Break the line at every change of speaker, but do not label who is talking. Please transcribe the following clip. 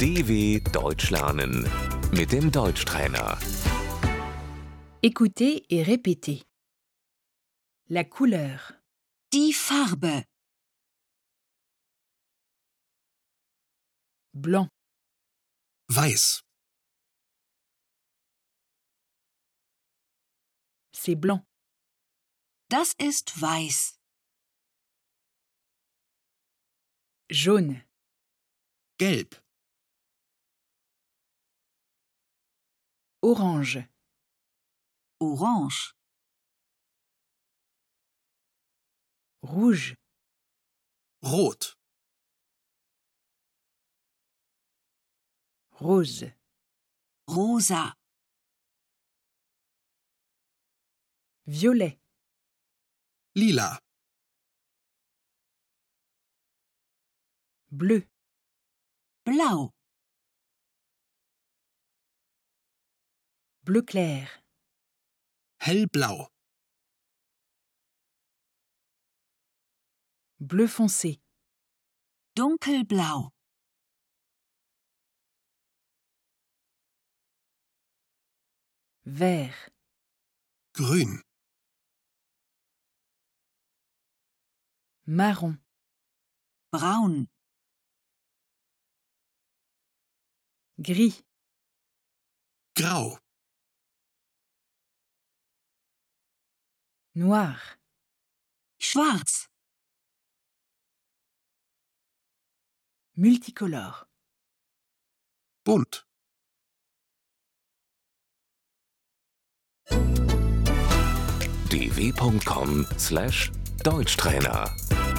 DW Deutsch lernen mit dem Deutschtrainer.
Écoutez et répétez. La couleur,
Die Farbe
blanc,
Weiß.
c'est blanc,
Das ist weiß.
jaune,
Gelb.
orange,
Orange.
rouge,
Rot.
rose,
Rosa.
violet,
Lila.
bleu,
Blau.
bleu clair,
Hellblau.
bleu foncé,
Dunkelblau.
vert,
Grün.
marron,
Braun.
gris,
Grau.
noir,
Schwarz.
multicolore,
Bunt.
dw.com/deutschtrainer